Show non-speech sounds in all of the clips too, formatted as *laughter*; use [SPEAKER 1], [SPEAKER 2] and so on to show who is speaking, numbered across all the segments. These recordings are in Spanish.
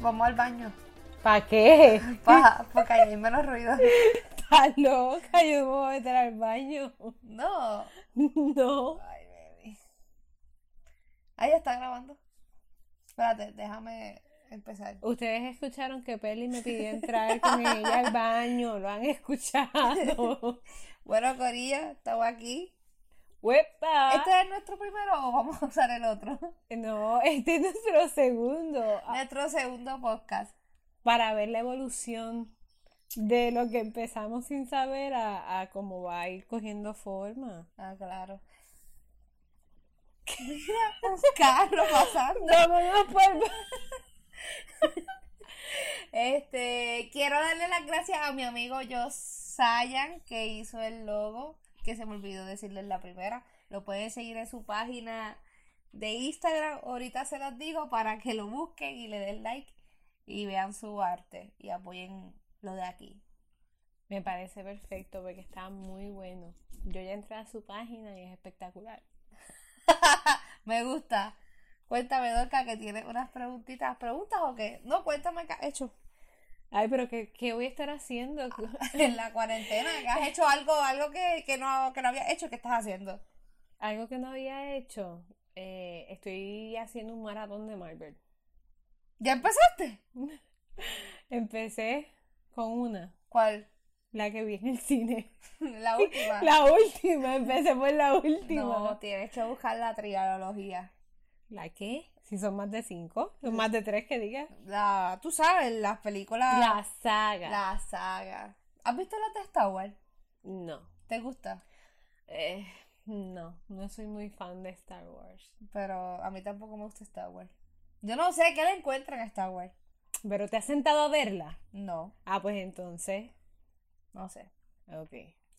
[SPEAKER 1] Vamos al baño.
[SPEAKER 2] ¿Para *laughs* qué?
[SPEAKER 1] Pa, porque ahí hay menos ruido.
[SPEAKER 2] Estás loca, yo me voy a meter al baño. *laughs*
[SPEAKER 1] No.
[SPEAKER 2] No.
[SPEAKER 1] Ay, baby. Ahí está grabando. Espérate, déjame empezar.
[SPEAKER 2] Ustedes escucharon que Peli me pidió entrar con ella al baño, lo han escuchado.
[SPEAKER 1] Bueno, Corilla, estamos aquí.
[SPEAKER 2] *laughs* ¡Huepa!
[SPEAKER 1] ¿Este es nuestro primero o vamos a usar el otro?
[SPEAKER 2] No, este es nuestro segundo. ah,
[SPEAKER 1] Nuestro segundo podcast.
[SPEAKER 2] Para ver la evolución de lo que empezamos sin saber a, a cómo va a ir cogiendo forma.
[SPEAKER 1] Ah, claro. Mira, un carro pasando.
[SPEAKER 2] Vámonos por
[SPEAKER 1] Este, quiero darle las gracias a mi amigo Josayan que hizo el logo, que se me olvidó decirles la primera. Lo pueden seguir en su página de Instagram. Ahorita se los digo para que lo busquen y le den like y vean su arte y apoyen lo de aquí.
[SPEAKER 2] Me parece perfecto porque está muy bueno. Yo ya entré a su página y es espectacular.
[SPEAKER 1] Me gusta. Cuéntame, Dorca, que tiene unas preguntitas. ¿Preguntas o qué? No, cuéntame qué has hecho *laughs*
[SPEAKER 2] Ay, pero ¿qué, qué voy a estar haciendo? *laughs*
[SPEAKER 1] en la cuarentena. ¿Qué has hecho algo, algo que, que no, que no había hecho? ¿Qué estás haciendo?
[SPEAKER 2] Algo que no había hecho. Eh, estoy haciendo un maratón de Marvel.
[SPEAKER 1] ¿Ya empezaste?
[SPEAKER 2] Empecé con una,
[SPEAKER 1] ¿Cuál?
[SPEAKER 2] la que vi en el cine.
[SPEAKER 1] *laughs* La última.
[SPEAKER 2] La última, empecé por la última.
[SPEAKER 1] Ah. No, tienes que buscar la trialogía.
[SPEAKER 2] ¿La qué? Si son más de cinco, son más de tres que diga.
[SPEAKER 1] La, tú sabes, las películas,
[SPEAKER 2] La saga.
[SPEAKER 1] Ah. la saga. ¿Has visto las de Star Wars?
[SPEAKER 2] No.
[SPEAKER 1] ¿Te gusta?
[SPEAKER 2] Eh, no, no soy muy fan de Star Wars.
[SPEAKER 1] Pero a mí tampoco me gusta Star Wars. Yo no sé qué le encuentran a Star Wars.
[SPEAKER 2] Pero te has sentado a verla.
[SPEAKER 1] No,
[SPEAKER 2] Ah, pues entonces.
[SPEAKER 1] no sé.
[SPEAKER 2] Ok.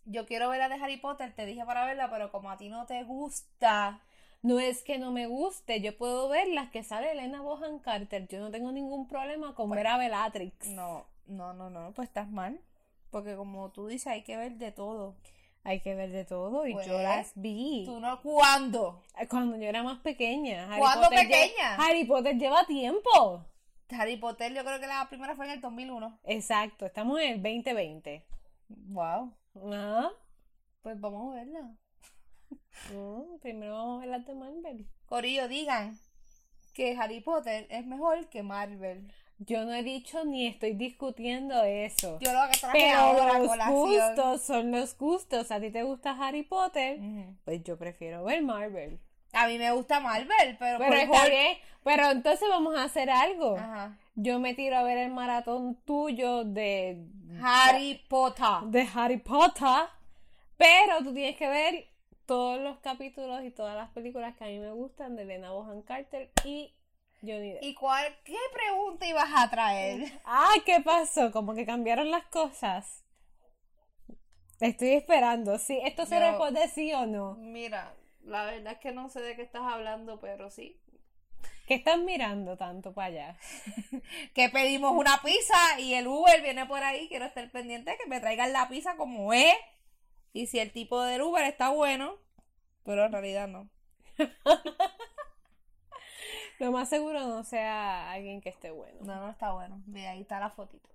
[SPEAKER 1] Yo quiero ver la de Harry Potter, te dije para verla, pero como a ti no te gusta.
[SPEAKER 2] No es que no me guste, yo puedo ver las que sale Elena Bohan Carter. Yo no tengo ningún problema con ver a
[SPEAKER 1] Pues,
[SPEAKER 2] Bellatrix.
[SPEAKER 1] No, no, no, no, pues estás mal. Porque como tú dices, hay que ver de todo.
[SPEAKER 2] Hay que ver de todo y
[SPEAKER 1] Pues,
[SPEAKER 2] yo las vi.
[SPEAKER 1] ¿Tú no cuándo?
[SPEAKER 2] Cuando yo era más pequeña. Harry
[SPEAKER 1] ¿Cuándo
[SPEAKER 2] Potter lle-
[SPEAKER 1] pequeña?
[SPEAKER 2] Harry Potter lleva tiempo.
[SPEAKER 1] Harry Potter, yo creo que la primera fue en el 2001.
[SPEAKER 2] Exacto, estamos en el 2020.
[SPEAKER 1] Wow.
[SPEAKER 2] Ah,
[SPEAKER 1] Pues vamos a verla.
[SPEAKER 2] mm, primero vamos a ver las de Marvel.
[SPEAKER 1] Corillo, digan que Harry Potter es mejor que Marvel.
[SPEAKER 2] Yo no he dicho ni estoy discutiendo eso.
[SPEAKER 1] Yo lo que traje
[SPEAKER 2] Pero
[SPEAKER 1] ahora a
[SPEAKER 2] los
[SPEAKER 1] colación.
[SPEAKER 2] gustos son los gustos. ¿A ti te gusta Harry Potter?
[SPEAKER 1] Ujú.
[SPEAKER 2] Pues yo prefiero ver Marvel.
[SPEAKER 1] A mí me gusta Marvel, pero, Ah.
[SPEAKER 2] Pero
[SPEAKER 1] por
[SPEAKER 2] está
[SPEAKER 1] Hulk-
[SPEAKER 2] bien. Pero entonces vamos a hacer algo.
[SPEAKER 1] Ajá.
[SPEAKER 2] Yo me tiro a ver el maratón tuyo de,
[SPEAKER 1] Harry Potter.
[SPEAKER 2] de Harry Potter. Pero tú tienes que ver todos los capítulos y todas las películas que a mí me gustan de Elena Bohan Carter y Johnny Depp.
[SPEAKER 1] ¿Y cuál, qué pregunta ibas a traer?
[SPEAKER 2] Ah, ¿qué pasó? Como que cambiaron las cosas. Estoy esperando. Sí, esto se
[SPEAKER 1] Yo-
[SPEAKER 2] responde sí o no.
[SPEAKER 1] Mira, la verdad es que no sé de qué estás hablando, pero sí.
[SPEAKER 2] ¿Qué están mirando tanto para allá?
[SPEAKER 1] Que pedimos una pizza y el Uber viene por ahí. Quiero estar pendiente de que me traigan la pizza como es. Y si el tipo del Uber está bueno, pero en realidad no.
[SPEAKER 2] Lo más seguro no sea alguien que esté bueno.
[SPEAKER 1] No, no está bueno. Mira, ahí está la fotito.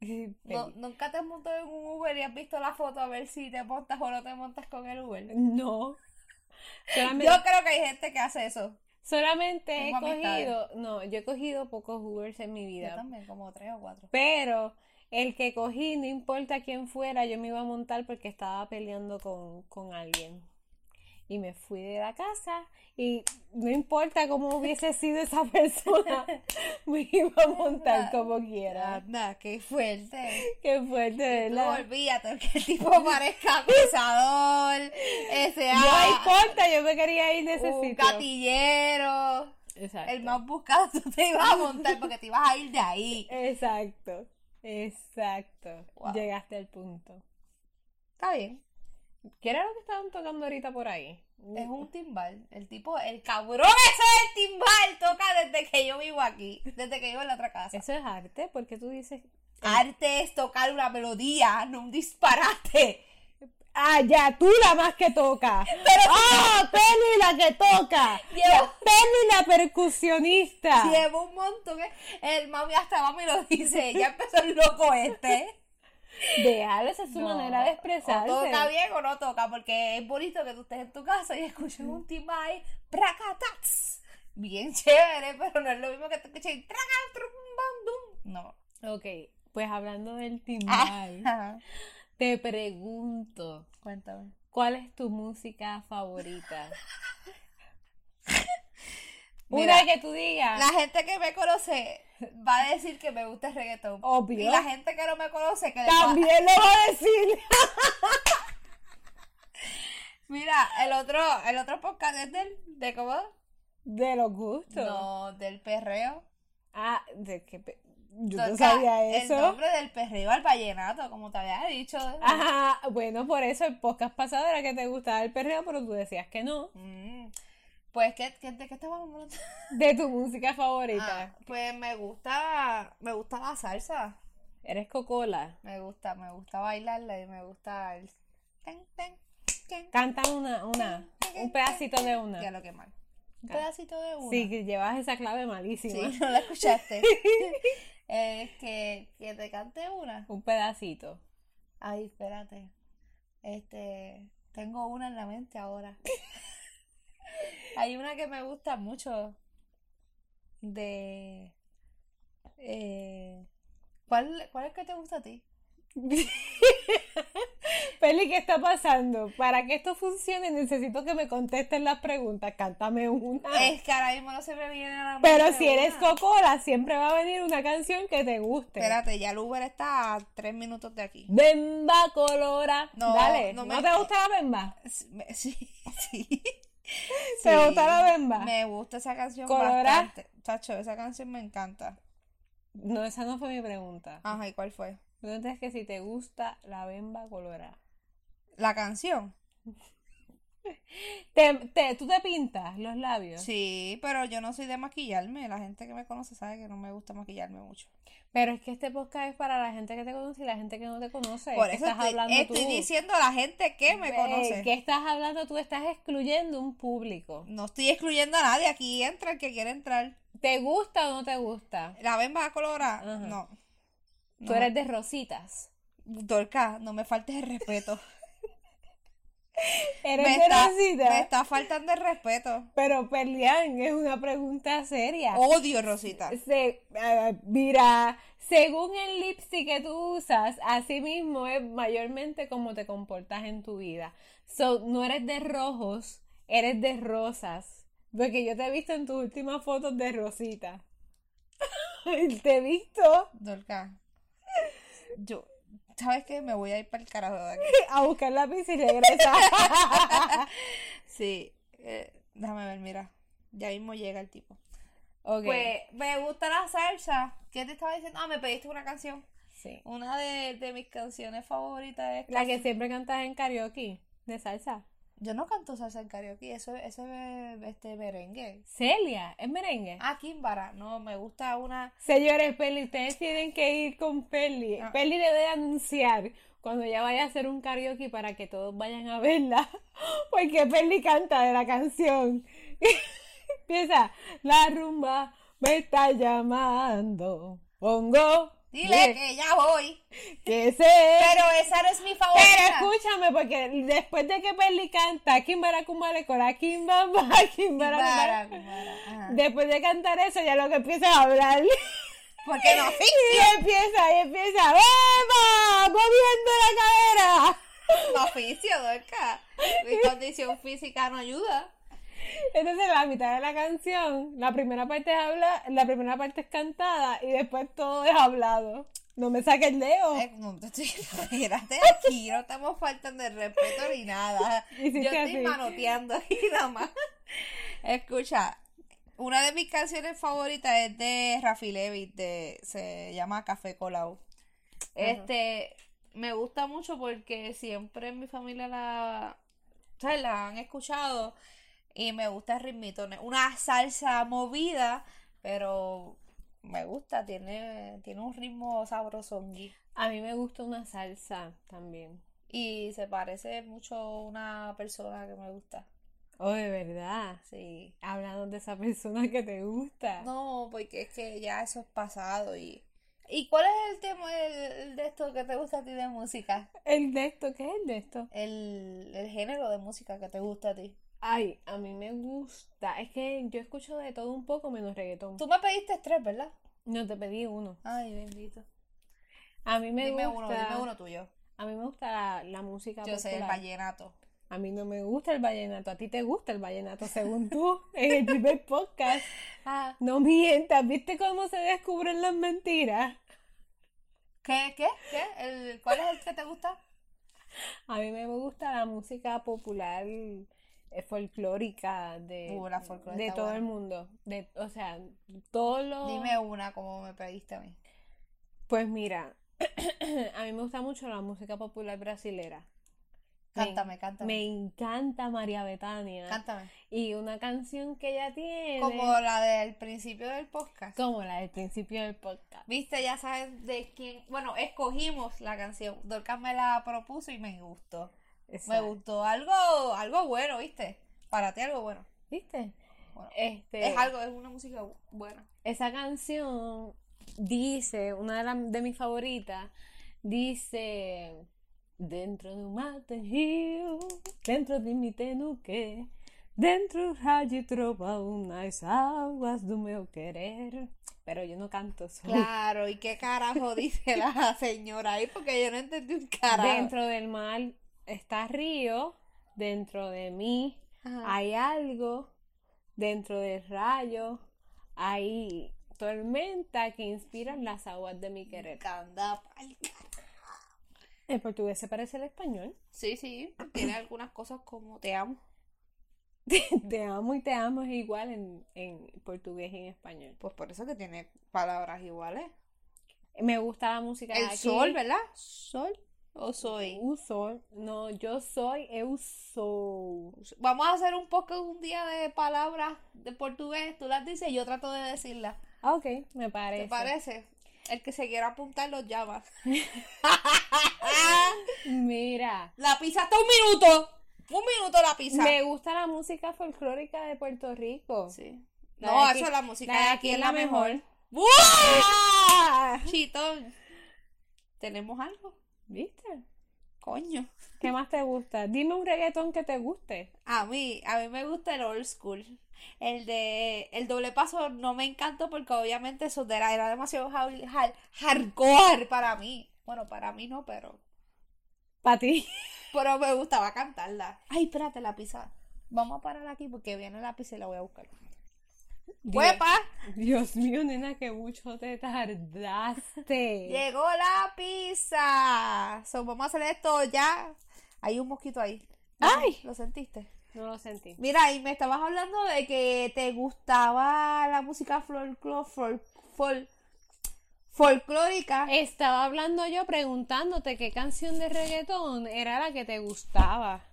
[SPEAKER 2] *laughs*
[SPEAKER 1] No-
[SPEAKER 2] No,
[SPEAKER 1] ¿Nunca te has montado en un Uber y has visto la foto a ver si te montas o no te montas con el Uber?
[SPEAKER 2] Solamente,
[SPEAKER 1] Yo creo que hay gente que hace eso.
[SPEAKER 2] solamente he
[SPEAKER 1] Tengo amistades.
[SPEAKER 2] cogido, no, yo he cogido pocos Ubers en mi
[SPEAKER 1] Yo
[SPEAKER 2] vida,
[SPEAKER 1] también, como tres o cuatro.
[SPEAKER 2] pero el que cogí, no importa quién fuera, yo me iba a montar porque estaba peleando con, con alguien. Y me fui de la casa y no importa cómo
[SPEAKER 1] *laughs*
[SPEAKER 2] hubiese sido esa persona, me iba a montar como quiera.
[SPEAKER 1] Anda, qué fuerte.
[SPEAKER 2] Qué fuerte,
[SPEAKER 1] No
[SPEAKER 2] ¿verdad?
[SPEAKER 1] olvídate que el tipo *laughs* parezca acusador, ese
[SPEAKER 2] No importa, yo me quería ir de ese
[SPEAKER 1] un
[SPEAKER 2] sitio.
[SPEAKER 1] gatillero,
[SPEAKER 2] Exacto.
[SPEAKER 1] el más buscado, *laughs* tú te ibas a montar porque te ibas a ir de ahí.
[SPEAKER 2] Exacto, exacto.
[SPEAKER 1] Wow.
[SPEAKER 2] Llegaste al punto.
[SPEAKER 1] Está bien,
[SPEAKER 2] ¿Qué era lo que estaban tocando ahorita por ahí?
[SPEAKER 1] es
[SPEAKER 2] eh.
[SPEAKER 1] un timbal. El tipo, el cabrón ese del timbal toca desde que yo vivo aquí, desde que vivo en la otra casa.
[SPEAKER 2] Eso es eh. arte, porque tú dices...
[SPEAKER 1] Arte es tocar una melodía, no un disparate.
[SPEAKER 2] Ah, ya, tú la más
[SPEAKER 1] *laughs*
[SPEAKER 2] que toca. ¡Ah, Penny la que toca!
[SPEAKER 1] Llevo-
[SPEAKER 2] Penny la percusionista.
[SPEAKER 1] Llevo un montón. eh. El mami hasta mami lo dice. Ya empezó el loco este.
[SPEAKER 2] Déjalo, esa es *laughs* su
[SPEAKER 1] No,
[SPEAKER 2] manera de
[SPEAKER 1] O toca
[SPEAKER 2] expresarse.
[SPEAKER 1] bien o no toca, porque es bonito que tú estés en tu casa y escuches un timbal pracatax. Bien chévere, pero no es lo mismo que te escuches traca, trum, bam, dum. No.
[SPEAKER 2] Ok, pues hablando
[SPEAKER 1] Ah.
[SPEAKER 2] del timbal,
[SPEAKER 1] Ajá.
[SPEAKER 2] te pregunto,
[SPEAKER 1] *laughs* Cuéntame.
[SPEAKER 2] ¿cuál es tu música
[SPEAKER 1] *laughs*
[SPEAKER 2] favorita?
[SPEAKER 1] Mira,
[SPEAKER 2] Una que tú digas.
[SPEAKER 1] La gente que me conoce va a decir que me gusta el reggaetón.
[SPEAKER 2] Obvio.
[SPEAKER 1] Y la gente que no me conoce, que le
[SPEAKER 2] También lo voy a decir.
[SPEAKER 1] Mira, el otro, el otro podcast es del, ¿de cómo?
[SPEAKER 2] De los gustos.
[SPEAKER 1] No, del perreo.
[SPEAKER 2] Ah, de que pe- yo no
[SPEAKER 1] Toca
[SPEAKER 2] sabía
[SPEAKER 1] El
[SPEAKER 2] eso. Ah.
[SPEAKER 1] nombre del perreo al vallenato, como te había dicho.
[SPEAKER 2] Ajá, bueno, por eso el podcast pasado era que te gustaba el perreo, pero tú decías que no.
[SPEAKER 1] Mm, Pues, ¿qué, qué, ¿de qué estábamos hablando?
[SPEAKER 2] De tu música
[SPEAKER 1] Mm. Ah,
[SPEAKER 2] favorita.
[SPEAKER 1] pues me gusta, me gusta la salsa.
[SPEAKER 2] Eres Cocola.
[SPEAKER 1] Me gusta, me gusta bailarla y me gusta el... ten, ten, ten.
[SPEAKER 2] Canta una, una, un pedacito de una.
[SPEAKER 1] Ya lo que mal. Un pedacito de una.
[SPEAKER 2] Sí, que llevas esa clave malísima.
[SPEAKER 1] Sí, no la
[SPEAKER 2] *laughs*
[SPEAKER 1] escuchaste. Eh, que, que te cante una.
[SPEAKER 2] Un pedacito.
[SPEAKER 1] Ay, espérate. Este, tengo una en la mente
[SPEAKER 2] *laughs*
[SPEAKER 1] ahora. Hay una que me gusta mucho de eh, ¿cuál, cuál es que te gusta a ti?
[SPEAKER 2] Peli, ¿qué está pasando? Para que esto funcione necesito que me contesten las preguntas. Cántame una.
[SPEAKER 1] Es que ahora mismo no se me viene a la
[SPEAKER 2] Ah. Pero
[SPEAKER 1] mente
[SPEAKER 2] si eres
[SPEAKER 1] una.
[SPEAKER 2] Cocola, siempre va a venir una canción que te guste.
[SPEAKER 1] Espérate, ya el Uber está a tres minutos de aquí.
[SPEAKER 2] Bemba colora.
[SPEAKER 1] No,
[SPEAKER 2] Dale.
[SPEAKER 1] no
[SPEAKER 2] No,
[SPEAKER 1] me-
[SPEAKER 2] te gusta la bemba?
[SPEAKER 1] Sí, me- *laughs* sí, sí.
[SPEAKER 2] ¿Te
[SPEAKER 1] Sí.
[SPEAKER 2] gusta la bemba?
[SPEAKER 1] Me gusta esa canción
[SPEAKER 2] ¿Colorá?
[SPEAKER 1] bastante. Chacho, esa canción me encanta.
[SPEAKER 2] No, esa no fue mi pregunta.
[SPEAKER 1] Ajá, ¿y cuál fue?
[SPEAKER 2] Entonces que si te gusta la bemba colora.
[SPEAKER 1] ¿La canción?
[SPEAKER 2] Te, te- ¿Tú te pintas los labios?
[SPEAKER 1] Sí, pero yo no soy de maquillarme. La gente que me conoce sabe que no me gusta maquillarme mucho.
[SPEAKER 2] Pero es que este podcast es para la gente que te conoce y la gente que no te conoce.
[SPEAKER 1] Por
[SPEAKER 2] ¿Qué
[SPEAKER 1] eso
[SPEAKER 2] estás
[SPEAKER 1] estoy,
[SPEAKER 2] hablando
[SPEAKER 1] estoy
[SPEAKER 2] tú?
[SPEAKER 1] diciendo a la gente que me
[SPEAKER 2] Eh,
[SPEAKER 1] conoce.
[SPEAKER 2] ¿Qué estás hablando tú? Estás excluyendo un público.
[SPEAKER 1] No estoy excluyendo a nadie. Aquí entra el que quiere entrar.
[SPEAKER 2] ¿Te gusta o no te gusta?
[SPEAKER 1] ¿La ven va a colorar?
[SPEAKER 2] Ajá.
[SPEAKER 1] No.
[SPEAKER 2] Tú eres de rositas.
[SPEAKER 1] Dorca, no me faltes el respeto.
[SPEAKER 2] *laughs* Eres
[SPEAKER 1] me,
[SPEAKER 2] de
[SPEAKER 1] está,
[SPEAKER 2] rositas.
[SPEAKER 1] me está faltando el respeto.
[SPEAKER 2] Pero Perlian, es una pregunta seria.
[SPEAKER 1] Odio, Rosita.
[SPEAKER 2] Se, ah, mira, según el lipstick que tú usas, así mismo es mayormente como te comportas en tu vida. So, no eres de rojos, eres de rosas. Porque yo te he visto en tus últimas fotos de rosita. *laughs* te he visto *laughs*
[SPEAKER 1] Dorca. Yo, ¿sabes qué? Me voy a ir para el carajo de aquí.
[SPEAKER 2] a buscar lápiz y regresar.
[SPEAKER 1] Sí. eh, déjame ver, mira. Ya mismo llega el tipo.
[SPEAKER 2] Ok,
[SPEAKER 1] Pues me gusta la salsa. ¿Qué te estaba diciendo? Ah, me pediste una canción.
[SPEAKER 2] sí.
[SPEAKER 1] Una de, de mis canciones favoritas es...
[SPEAKER 2] La que siempre cantas en karaoke, de salsa.
[SPEAKER 1] Yo no canto salsa en karaoke, eso eso es este, merengue.
[SPEAKER 2] Celia, es merengue.
[SPEAKER 1] Ah, Kimbara. No, me gusta una...
[SPEAKER 2] Señores, Peli, ustedes tienen que ir con Peli.
[SPEAKER 1] Ah.
[SPEAKER 2] Peli debe anunciar cuando ya vaya a hacer un karaoke para que todos vayan a verla. *laughs* Porque Peli canta de la canción. *laughs* Empieza, la rumba me está llamando. Pongo
[SPEAKER 1] Dile
[SPEAKER 2] bien,
[SPEAKER 1] que ya voy.
[SPEAKER 2] que se...
[SPEAKER 1] Pero esa no es mi favorita.
[SPEAKER 2] Pero escúchame, porque después de que Peli canta, Kimbara Kumbare Kora, Kimbamba, *laughs* Kimbara
[SPEAKER 1] Kimbara,
[SPEAKER 2] Kumbara,
[SPEAKER 1] Kimbara, ajá.
[SPEAKER 2] Después de cantar eso, ya lo que empieza es a hablar. *laughs*
[SPEAKER 1] Porque no
[SPEAKER 2] Y empieza, y emfieza, ¡Eva! ¡Moviendo la cadera!
[SPEAKER 1] *laughs* No oficio, Dorca. Mi condición física no ayuda.
[SPEAKER 2] Entonces la mitad de la canción, la primera parte es habla, la primera parte es cantada y después todo es hablado. No me saques el dedo.
[SPEAKER 1] Eh, no te estoy... *laughs* Espérate aquí, no estamos faltando el respeto ni nada.
[SPEAKER 2] Hiciste
[SPEAKER 1] Yo estoy
[SPEAKER 2] así.
[SPEAKER 1] manoteando y *laughs* nada más. Escucha, una de mis canciones favoritas es de Rafi Levi, de, se llama Café Colau. Este, me gusta mucho porque siempre en mi familia la, ¿sabes? la han escuchado y me gusta el ritmito. No es Una salsa movida, pero me gusta, tiene, tiene un ritmo sabrosongi.
[SPEAKER 2] A mí me gusta una salsa también.
[SPEAKER 1] Y se parece mucho a una persona que me gusta.
[SPEAKER 2] Oh, de verdad.
[SPEAKER 1] Sí.
[SPEAKER 2] Hablando de esa persona que te gusta.
[SPEAKER 1] No, porque es que ya eso es pasado y... ¿Y cuál es el tema del- de esto que te gusta a ti de música?
[SPEAKER 2] El de esto, ¿qué es el de esto?
[SPEAKER 1] El, el género de música que te gusta a ti.
[SPEAKER 2] Ay, a mí me gusta. Es que yo escucho de todo un poco menos reggaetón.
[SPEAKER 1] Tú me pediste tres, ¿verdad?
[SPEAKER 2] No te pedí uno.
[SPEAKER 1] Ay, bendito.
[SPEAKER 2] A mí me
[SPEAKER 1] Dime uno,
[SPEAKER 2] gusta. pues,
[SPEAKER 1] dime uno tuyo.
[SPEAKER 2] A mí me gusta la, la música
[SPEAKER 1] Yo sé, el
[SPEAKER 2] popular.
[SPEAKER 1] vallenato.
[SPEAKER 2] A mí no me gusta el vallenato. A ti te gusta el vallenato, según tú, *laughs* en el primer podcast.
[SPEAKER 1] Ah,
[SPEAKER 2] No mientas, ¿viste cómo se descubren las mentiras?
[SPEAKER 1] ¿Qué, qué, qué? ¿El, ¿Cuál es el que te gusta?
[SPEAKER 2] A mí me gusta la música popular eh, folclórica de,
[SPEAKER 1] Uh, la folclore
[SPEAKER 2] de
[SPEAKER 1] está
[SPEAKER 2] todo
[SPEAKER 1] buena.
[SPEAKER 2] el mundo. De, o sea, todos los...
[SPEAKER 1] Dime una como me pediste a mí.
[SPEAKER 2] Pues mira, *clears throat* a mí me gusta mucho la música popular brasilera. Me en-
[SPEAKER 1] Cántame, cántame.
[SPEAKER 2] Me encanta María Betania.
[SPEAKER 1] Cántame.
[SPEAKER 2] Y una canción que ella tiene,
[SPEAKER 1] Como la del principio del podcast.
[SPEAKER 2] como la del principio del podcast.
[SPEAKER 1] Viste, ya sabes de quién. Bueno, escogimos la canción. Dorcas me la propuso y me gustó. Me
[SPEAKER 2] Exacto.
[SPEAKER 1] gustó. Algo, algo bueno, ¿viste? Para ti algo bueno.
[SPEAKER 2] ¿Viste?
[SPEAKER 1] Bueno,
[SPEAKER 2] Este,
[SPEAKER 1] Es algo, es una música bu- buena.
[SPEAKER 2] Esa canción dice, una de, las- de mis favoritas, dice, dentro de un mate rio, dentro de mi tenuque, dentro rayo y trova unas aguas do meu querer. Pero yo no canto solo.
[SPEAKER 1] Claro, ¿y qué *laughs* carajo dice la señora ahí? Porque yo no entendí un carajo.
[SPEAKER 2] Dentro del mar está río, dentro de mí
[SPEAKER 1] Ajá.
[SPEAKER 2] hay algo, dentro del rayo hay tormenta que inspiran las aguas de mi querer.
[SPEAKER 1] Anda pa'l car-
[SPEAKER 2] El portugués se parece al español. *laughs*
[SPEAKER 1] Sí, sí, tiene algunas cosas como te amo.
[SPEAKER 2] Te amo y te amo es igual en, en portugués y en español.
[SPEAKER 1] Pues por eso que tiene palabras iguales.
[SPEAKER 2] Me gusta la música de
[SPEAKER 1] El
[SPEAKER 2] aquí.
[SPEAKER 1] sol, ¿verdad? Sol o soy.
[SPEAKER 2] Un sol. No, yo soy, eu sou.
[SPEAKER 1] Pues, Vamos a hacer un podcast un día de palabras de portugués. Tú las dices y yo trato de decirlas.
[SPEAKER 2] Ah, ok, me parece.
[SPEAKER 1] ¿Te parece? El que se quiera apuntar los llama.
[SPEAKER 2] Mira,
[SPEAKER 1] La pizza está un minuto. Un minuto la pizza.
[SPEAKER 2] me gusta la música folclórica de Puerto Rico.
[SPEAKER 1] Sí.
[SPEAKER 2] La
[SPEAKER 1] No,
[SPEAKER 2] de aquí-
[SPEAKER 1] eso es la música
[SPEAKER 2] la
[SPEAKER 1] de
[SPEAKER 2] de
[SPEAKER 1] aquí es la mejor.
[SPEAKER 2] ¡Ah!
[SPEAKER 1] Chitón. ¿Tenemos algo?
[SPEAKER 2] ¿Viste?
[SPEAKER 1] Coño.
[SPEAKER 2] ¿Qué más te gusta? Dime un reggaetón que te guste.
[SPEAKER 1] A mí, a mí me gusta el old school. El de el doble paso no me encantó porque obviamente eso era, era demasiado hard- hard- hardcore para mí. Bueno, para mí no, pero *laughs*
[SPEAKER 2] Para ti.
[SPEAKER 1] pero me gustaba cantarla. Ay, espérate, la pizza. Vamos a parar aquí porque viene la pizza y la voy a buscar. ¡Huepa!
[SPEAKER 2] Dios mío, nena, que mucho te tardaste.
[SPEAKER 1] Llegó la pizza. So, vamos a hacer esto ya. Hay un mosquito ahí.
[SPEAKER 2] ¡Ay!
[SPEAKER 1] ¿Lo sentiste?
[SPEAKER 2] No lo sentí.
[SPEAKER 1] Mira, y me estabas hablando de que te gustaba la música folclo- fol- fol- folclórica.
[SPEAKER 2] Eh, Estaba hablando yo preguntándote qué canción de reggaetón era la que te gustaba.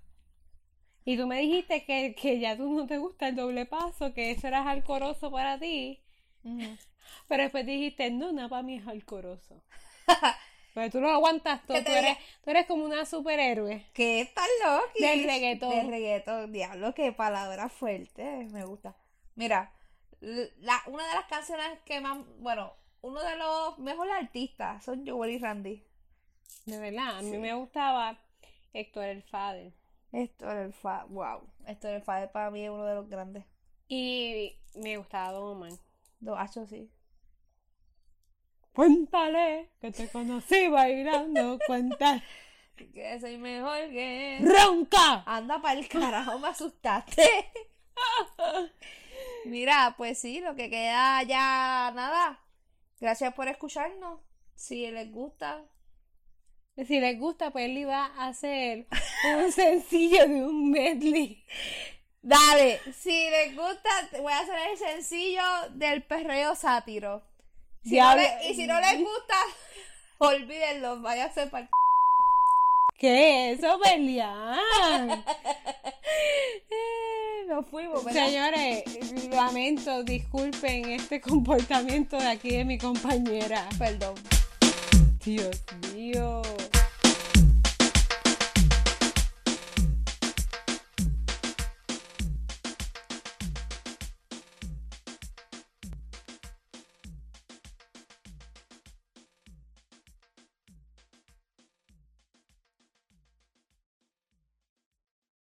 [SPEAKER 2] Y tú me dijiste que, que ya tú no te gusta el doble paso, que eso era alcoroso para ti.
[SPEAKER 1] Ujú.
[SPEAKER 2] Pero después dijiste, no, nada para mí
[SPEAKER 1] *laughs*
[SPEAKER 2] es alcoroso. Pero tú lo aguantas todo.
[SPEAKER 1] ¿Qué te
[SPEAKER 2] Tú eres, tú eres como una superhéroe.
[SPEAKER 1] ¿Qué estás loco?
[SPEAKER 2] Del reggaetón.
[SPEAKER 1] Del reggaetón, diablo, qué palabra fuerte, me gusta. Mira, la, una de las canciones que más, bueno, uno de los mejores artistas son Jowell y Randy.
[SPEAKER 2] De verdad, a mí me gustaba Héctor el Fader.
[SPEAKER 1] Esto el fa, wow, esto el fa para mí es uno de los grandes.
[SPEAKER 2] Y me gustaba Don Omar.
[SPEAKER 1] Dos hacho sí.
[SPEAKER 2] Cuéntale que te conocí bailando, *laughs* cuéntale.
[SPEAKER 1] Que soy mejor que
[SPEAKER 2] ¡Ronca!
[SPEAKER 1] Anda para el *laughs* carajo, me asustaste. *laughs* Mira, pues sí, lo que queda ya nada. Gracias por escucharnos. Si les gusta,
[SPEAKER 2] Si les gusta, pues él iba a *laughs* hacer un sencillo de un medley.
[SPEAKER 1] dale. Si les gusta, te voy a hacer el sencillo del perreo sátiro. Si no
[SPEAKER 2] Diablo.
[SPEAKER 1] le- y si no les gusta, *laughs* olvídenlo, váyanse para el
[SPEAKER 2] ¿Qué es eso, *laughs* Belian?
[SPEAKER 1] *laughs* Nos fuimos, ¿verdad?
[SPEAKER 2] Señores, lamento, disculpen este comportamiento de aquí de mi compañera.
[SPEAKER 1] Perdón.
[SPEAKER 2] Dios mío.